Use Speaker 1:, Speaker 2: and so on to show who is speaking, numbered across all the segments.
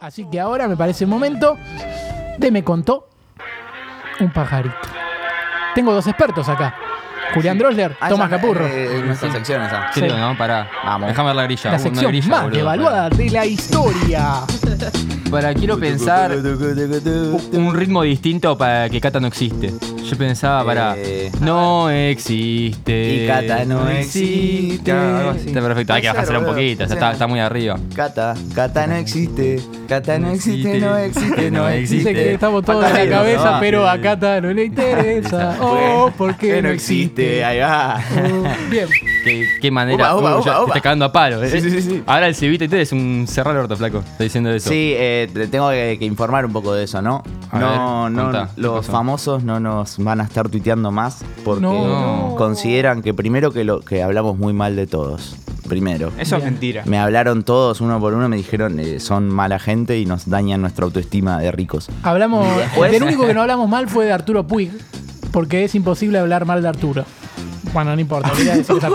Speaker 1: Así que ahora me parece momento de Me contó un pajarito. Tengo dos expertos acá. Julián Drosler,
Speaker 2: Ah,
Speaker 1: Tomás
Speaker 2: esa-
Speaker 1: Capurro.
Speaker 2: eh, eh, nuestra sección esa.
Speaker 1: Sí.
Speaker 3: ¿Qué tengo? No, pará.
Speaker 2: Vamos.
Speaker 3: Déjame ver la grilla. Uh,
Speaker 1: la
Speaker 3: una
Speaker 1: sección
Speaker 3: grilla,
Speaker 1: más
Speaker 3: boludo.
Speaker 1: devaluada de la historia.
Speaker 3: Para, quiero pensar un ritmo distinto para que Cata no existe. Yo pensaba, para.
Speaker 2: Eh,
Speaker 3: No existe.
Speaker 2: Y Cata no existe.
Speaker 3: Algo así. Está perfecto,
Speaker 2: Puede
Speaker 3: hay que
Speaker 2: ser,
Speaker 3: bajárselo un
Speaker 2: boludo.
Speaker 3: poquito, ya
Speaker 2: Sí.
Speaker 3: está, está muy arriba.
Speaker 2: Cata, Cata no existe. Cata no existe, no existe, no existe.
Speaker 1: Dice que estamos todos en
Speaker 2: Falta
Speaker 1: la
Speaker 2: ritmo,
Speaker 1: cabeza,
Speaker 2: ¿no?
Speaker 1: pero a Cata no le interesa. Oh, ¿por qué
Speaker 2: Que eh, no existe, ahí va.
Speaker 1: Oh, Bien.
Speaker 3: Qué, qué
Speaker 2: Upa,
Speaker 3: manera.
Speaker 2: upa,
Speaker 3: uh, ya
Speaker 2: upa,
Speaker 3: te
Speaker 2: upa.
Speaker 3: está cagando a palo. eh.
Speaker 2: Sí, sí, sí.
Speaker 3: Ahora el civita y te es un cerrar el orto, flaco. Está diciendo eso.
Speaker 2: Sí, eh, te tengo que, que informar un poco de eso, ¿no?
Speaker 3: A
Speaker 2: no,
Speaker 3: ver,
Speaker 2: no,
Speaker 3: contá, ¿qué
Speaker 2: los
Speaker 3: pasó?
Speaker 2: famosos no nos van a estar tuiteando más porque
Speaker 1: No.
Speaker 3: No.
Speaker 2: consideran que primero que lo que hablamos muy mal de todos. Primero.
Speaker 4: Eso es
Speaker 1: Bien.
Speaker 4: mentira.
Speaker 2: Me hablaron todos uno por uno, me dijeron eh, son mala gente y nos dañan nuestra autoestima de ricos.
Speaker 1: Hablamos.
Speaker 2: después-
Speaker 1: El único que no hablamos mal fue de Arturo Puig, porque es imposible hablar mal de Arturo. Bueno, no importa, quería decir esa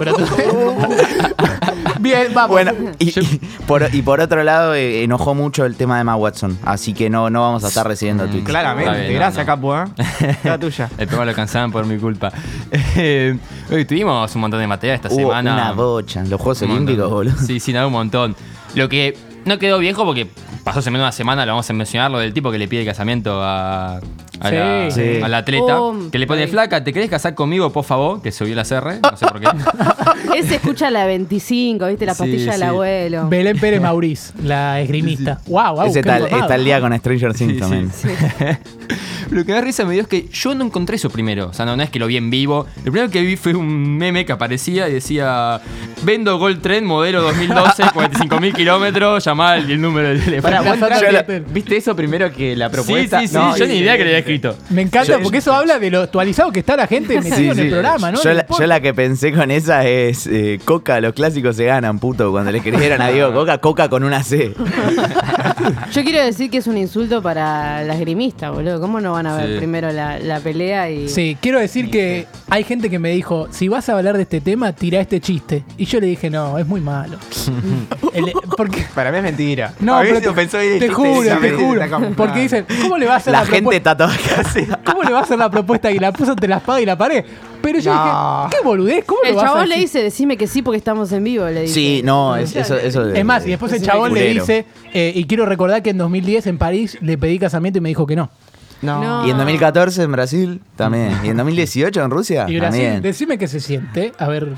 Speaker 1: pelotuda. Bien, vamos.
Speaker 2: Bueno, y, y por, y por otro lado, eh, enojó mucho el tema de Emma Watson, así que no, no vamos a estar recibiendo tweets.
Speaker 3: Está
Speaker 4: Claramente.
Speaker 3: bien, no,
Speaker 4: Gracias,
Speaker 3: no.
Speaker 4: Capo, ¿eh? La tuya.
Speaker 3: El programa lo cansaban por mi culpa. Eh, hoy tuvimos un montón de materias esta
Speaker 2: Hubo
Speaker 3: semana.
Speaker 2: una bocha, los Juegos
Speaker 3: Un montón.
Speaker 2: Olímpicos, boludo.
Speaker 3: Sí, sí, nada, un montón. Lo que no quedó viejo porque pasó hace menos de una semana, lo vamos a mencionar, lo del tipo que le pide casamiento a, a
Speaker 1: Sí.
Speaker 3: la,
Speaker 2: Sí.
Speaker 3: al atleta.
Speaker 5: Oh,
Speaker 3: que le pone
Speaker 5: ay.
Speaker 3: flaca, ¿te querés casar conmigo, por favor? Que subió la CR, no sé por qué.
Speaker 5: Ese escucha la 25, ¿viste? La
Speaker 3: Sí,
Speaker 5: pastilla del
Speaker 3: sí.
Speaker 5: abuelo.
Speaker 1: Belén Pérez Mauriz, la esgrimista. Wow, wow.
Speaker 2: Ese
Speaker 1: qué
Speaker 2: tal,
Speaker 1: informado.
Speaker 2: está al día con Stranger Things
Speaker 3: Sí,
Speaker 2: también.
Speaker 3: sí. lo que me da risa me dio es que yo no encontré eso primero. O sea, no, no es que lo vi en vivo. Lo primero que vi fue un meme que aparecía y decía: Vendo Gold Tren, modelo 2012, 45.000 kilómetros, llamá el, el número del teléfono.
Speaker 4: Pará, vos
Speaker 1: Plaza
Speaker 4: entraste-
Speaker 1: Oriental.
Speaker 4: ¿Viste eso primero que la
Speaker 3: sí,
Speaker 4: propuesta?
Speaker 3: sí, sí,
Speaker 4: No,
Speaker 3: yo ni idea que lo había escrito.
Speaker 1: Me encanta porque eso habla de lo actualizado que está la gente metida
Speaker 2: Sí,
Speaker 1: en
Speaker 2: sí.
Speaker 1: el programa, ¿no?
Speaker 2: Yo,
Speaker 1: No
Speaker 2: la,
Speaker 1: importa.
Speaker 2: yo la que pensé con esa es eh, Coca, los clásicos se ganan, puto. Cuando le escribieron a Diego Coca, Coca con una C.
Speaker 5: Yo quiero decir que es un insulto para la esgrimista, boludo. ¿Cómo no van a ver
Speaker 3: Sí.
Speaker 5: primero la, la pelea y.
Speaker 1: Sí, quiero decir que hay gente que me dijo, si vas a hablar de este tema, tira este chiste. Y yo le dije, no, es muy malo. El- porque
Speaker 4: Para mí es mentira.
Speaker 1: No,
Speaker 4: A veces
Speaker 1: pero
Speaker 4: lo pensó y
Speaker 1: te
Speaker 4: dijiste,
Speaker 1: juro, te
Speaker 4: "Esa
Speaker 1: juro.
Speaker 4: mentira, como- ah.
Speaker 1: Porque dicen, ¿cómo le va a hacer la,
Speaker 2: La gente
Speaker 1: propuesta?
Speaker 2: tatuada casi.
Speaker 1: ¿Cómo le va a hacer la propuesta? Y la puso entre la espada y la pared. Pero yo
Speaker 4: No.
Speaker 1: dije, qué boludez, ¿cómo
Speaker 5: El
Speaker 1: lo vas a
Speaker 5: chabón le
Speaker 1: decir?
Speaker 5: dice, decime que sí porque estamos en vivo, le dice.
Speaker 2: Sí, no, es- eso, eso
Speaker 1: Es más, y después el chabón le dice, eh, y quiero recordar que en 2010 en París le pedí casamiento y me dijo que no.
Speaker 4: No.
Speaker 5: No.
Speaker 2: Y en 2014 en Brasil también. Y en 2018 en Rusia
Speaker 1: Y Brasil,
Speaker 2: Ah, también.
Speaker 1: decime qué se siente. A ver,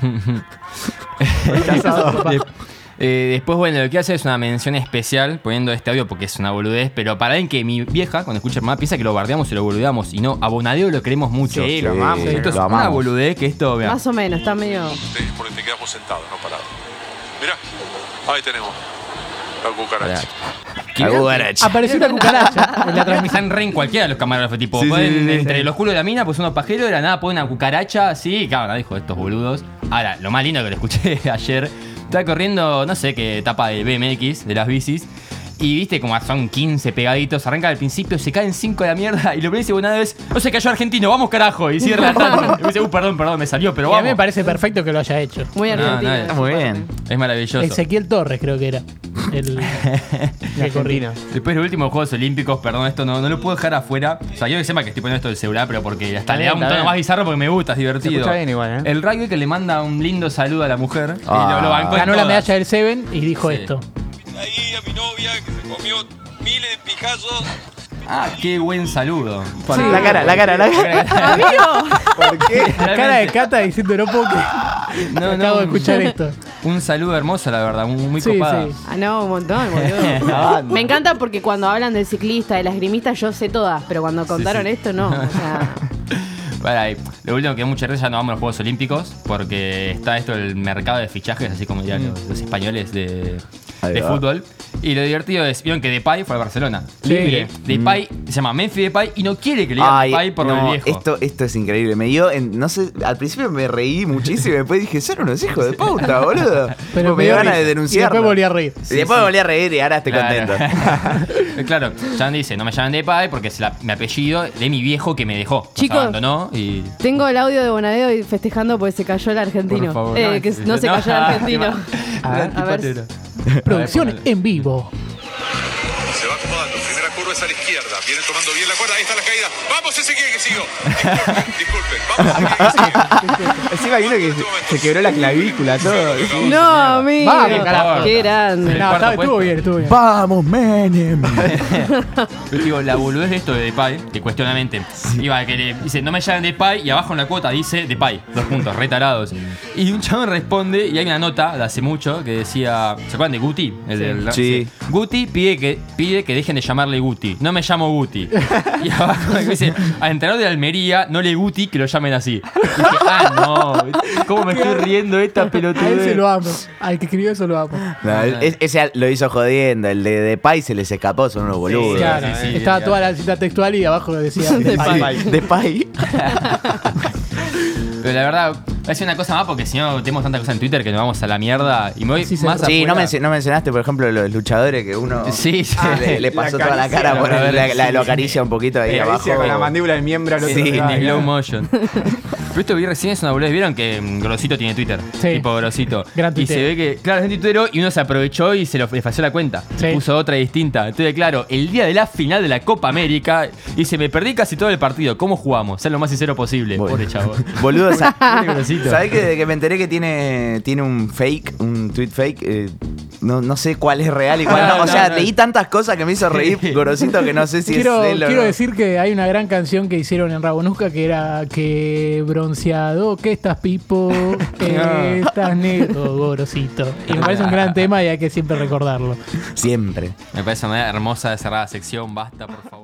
Speaker 3: De- eh, después, bueno, lo que hace es una mención especial poniendo este audio porque es una boludez, pero para alguien que mi vieja, cuando escucha más, piensa que lo bardeamos y lo boludeamos. Y no, a Bonadeo lo queremos mucho.
Speaker 4: Sí, lo
Speaker 2: Sí,
Speaker 4: amamos.
Speaker 3: Esto es
Speaker 2: lo
Speaker 3: una
Speaker 2: amamos.
Speaker 3: boludez que esto, vea.
Speaker 5: Más o menos, está medio.
Speaker 6: ustedes porque te quedamos sentados, no parados. Mirá, ahí tenemos la cucaracha.
Speaker 2: La cucaracha.
Speaker 1: apareció una cucaracha en la transmisión.
Speaker 3: Están re en cualquiera los camarógrafos, tipo,
Speaker 2: Sí, sí,
Speaker 3: pueden,
Speaker 2: sí, sí.
Speaker 3: entre los culos de la mina, pues unos pajeros, de la nada ponen una cucaracha, así, claro, nada, dijo estos boludos. Ahora, lo más lindo que lo escuché ayer, estaba corriendo, no sé qué etapa de BMX, de las bicis, y viste como son 15 pegaditos, arranca al principio, se caen 5 de la mierda, y lo primero que dice Bonado es, no se cayó argentino, vamos carajo, y cierra la Y me dice, uh, perdón, perdón, me salió, pero
Speaker 1: Y a mí me
Speaker 3: vamos.
Speaker 1: parece perfecto que lo haya hecho.
Speaker 5: Muy
Speaker 3: No, no,
Speaker 5: argentino.
Speaker 3: está
Speaker 2: Está muy bien.
Speaker 3: Es maravilloso.
Speaker 1: Ezequiel Torres creo que era. El,
Speaker 4: La
Speaker 1: que corría.
Speaker 4: Argentina.
Speaker 3: Después los últimos Juegos Olímpicos, perdón, esto no, no lo puedo dejar afuera. O sea, yo que sepa que estoy poniendo esto del celular, pero porque hasta le da
Speaker 4: bien,
Speaker 3: un
Speaker 4: está
Speaker 3: tono
Speaker 4: bien.
Speaker 3: más bizarro porque me gusta, es divertido.
Speaker 4: Se escucha bien igual, ¿eh?
Speaker 3: El rugby que le manda un lindo saludo a la mujer.
Speaker 2: Ah.
Speaker 3: y lo, lo bancó en
Speaker 1: Ganó la
Speaker 3: todas.
Speaker 1: medalla del Seven y dijo
Speaker 3: Sí.
Speaker 1: esto.
Speaker 6: Ahí a mi novia que se comió miles de picazos.
Speaker 3: Ah, qué buen saludo.
Speaker 2: La cara, la cara, la cara.
Speaker 1: La cara de Cata diciendo no puedo creer.
Speaker 3: No, no.
Speaker 1: Acabo de escuchar esto.
Speaker 3: Un saludo hermoso, la verdad, un- muy
Speaker 1: Sí,
Speaker 3: copada.
Speaker 1: sí.
Speaker 5: Ah, no, un montón, boludo. Me encanta porque cuando hablan del ciclista, del esgrimista, yo sé todas, pero cuando contaron
Speaker 3: sí.
Speaker 5: esto, no. O sea,
Speaker 3: Para ahí. Lo último que muchas veces ya no vamos a los Juegos Olímpicos porque está esto el mercado de fichajes, así como dirían los, los españoles de,
Speaker 2: Mm. Ahí
Speaker 3: de
Speaker 2: va.
Speaker 3: fútbol. Y lo divertido es, vieron que Depay fue a Barcelona.
Speaker 1: Sí.
Speaker 3: Libre. Depay se llama Memphis Depay y no quiere que le digan
Speaker 2: Mm. Ay,
Speaker 3: Depay por
Speaker 2: no,
Speaker 3: el viejo.
Speaker 2: Esto, esto es increíble. Me dio, en- no sé, al principio me reí muchísimo y después dije, son unos hijos de puta, boludo. Tipo, me
Speaker 1: dio
Speaker 2: dio ganas
Speaker 1: risa.
Speaker 2: de denunciar.
Speaker 1: Y después volví a reír.
Speaker 2: Y después volví a reír y ahora estoy contento.
Speaker 3: contento. claro, Jan dice, no me llaman Depay porque es la- mi apellido de mi viejo que me dejó. Nos
Speaker 5: Chicos.
Speaker 3: abandonó y...
Speaker 5: tengo el audio de Bonadeo y festejando porque se cayó el argentino.
Speaker 3: Por favor,
Speaker 5: Eh,
Speaker 3: no,
Speaker 5: que
Speaker 3: sí,
Speaker 5: no se
Speaker 3: no.
Speaker 5: cayó el argentino.
Speaker 3: Ah,
Speaker 5: a ver.
Speaker 3: antipatero.
Speaker 1: Producciones en vivo.
Speaker 6: Se va a Torres a la izquierda. Viene tomando bien la cuerda. Ahí está la caída. Vamos, Ezequiel que siguió. Disculpen, disculpen. Vamos, Ezequiel que este siguió.
Speaker 4: Encima hay uno que se, se quebró la clavícula, todo.
Speaker 5: No, amigo.
Speaker 1: Va, bien,
Speaker 3: carajo.
Speaker 5: Qué grande.
Speaker 3: El
Speaker 1: No,
Speaker 3: cuarto
Speaker 1: estaba- estuvo
Speaker 3: puesto.
Speaker 1: bien, estuvo bien.
Speaker 2: Vamos, Menem.
Speaker 3: Yo digo, la boludez de esto de Depay, que cuestionamente iba que le dice, no me llamen Depay, y abajo en la cuota dice Depay, dos puntos, retarados. Y un chabón responde, y hay una nota de hace mucho que decía, ¿se acuerdan de Guti? El del-
Speaker 2: Sí.
Speaker 3: Guti pide que, pide que dejen de llamarle Guti, no me llamo Guti. Y abajo dice, al entrenador de Almería, no le Guti, que lo llamen así. Y dije, ah, no, ¿cómo me estoy riendo de esta
Speaker 1: A él se
Speaker 3: pelotudez?
Speaker 1: lo amo. Al que escribió eso lo amo.
Speaker 2: No, el- es- ese lo hizo jodiendo. El de Depay se les escapó, son unos boludos.
Speaker 1: Claro,
Speaker 3: sí, sí,
Speaker 1: estaba
Speaker 3: sí,
Speaker 1: toda la cita textual y abajo decía.
Speaker 4: Depay.
Speaker 2: Depay.
Speaker 3: Pero la verdad, es una cosa más porque si no tenemos tanta cosa en Twitter que nos vamos a la mierda y me voy
Speaker 1: Sí, sí.
Speaker 3: más
Speaker 2: Sí,
Speaker 3: afuera.
Speaker 2: no, menc- no mencionaste, por ejemplo, los luchadores que uno
Speaker 3: Sí, sí.
Speaker 2: Ah, le, le pasó
Speaker 4: La
Speaker 2: toda la cara,
Speaker 3: caricia,
Speaker 2: por
Speaker 3: la
Speaker 2: el- la,
Speaker 3: verdad,
Speaker 2: la-
Speaker 3: sí.
Speaker 2: lo acaricia un poquito ahí
Speaker 4: Ahí
Speaker 2: abajo.
Speaker 4: decía con la mandíbula del miembro al otro
Speaker 2: Sí,
Speaker 4: lado.
Speaker 3: En slow motion. Pero esto vi recién es una boludez. ¿Vieron que mm, Grosito tiene Twitter?
Speaker 1: Sí.
Speaker 3: Tipo Grosito.
Speaker 1: Gran
Speaker 3: y se
Speaker 1: tuitero.
Speaker 3: ve que, claro, es un tuitero y uno se aprovechó y se lo, le fació la cuenta.
Speaker 1: Sí.
Speaker 3: Puso otra distinta. Entonces, claro, el día de la final de la Copa América y se me perdí casi todo el partido. ¿Cómo jugamos? Ser lo más sincero posible.
Speaker 2: Bueno.
Speaker 3: Pobre chavo.
Speaker 2: Boludo, sa-
Speaker 3: Pobre Grosito.
Speaker 2: ¿sabés que desde que me enteré que tiene, tiene un fake, un tweet fake? eh, no, no sé cuál es real y cuál
Speaker 3: No,
Speaker 2: no. O
Speaker 3: no,
Speaker 2: sea,
Speaker 3: no.
Speaker 2: leí tantas cosas que me hizo reír, Gorosito, que no sé si
Speaker 1: quiero,
Speaker 2: es él o
Speaker 1: quiero
Speaker 2: no.
Speaker 1: decir que hay una gran canción que hicieron en Rabonuca que era que bronceado, que estás pipo, que estás negro, gorosito. Y me parece un gran tema y hay que siempre recordarlo.
Speaker 2: Siempre.
Speaker 3: Me parece una hermosa cerrada sección. Basta, por favor.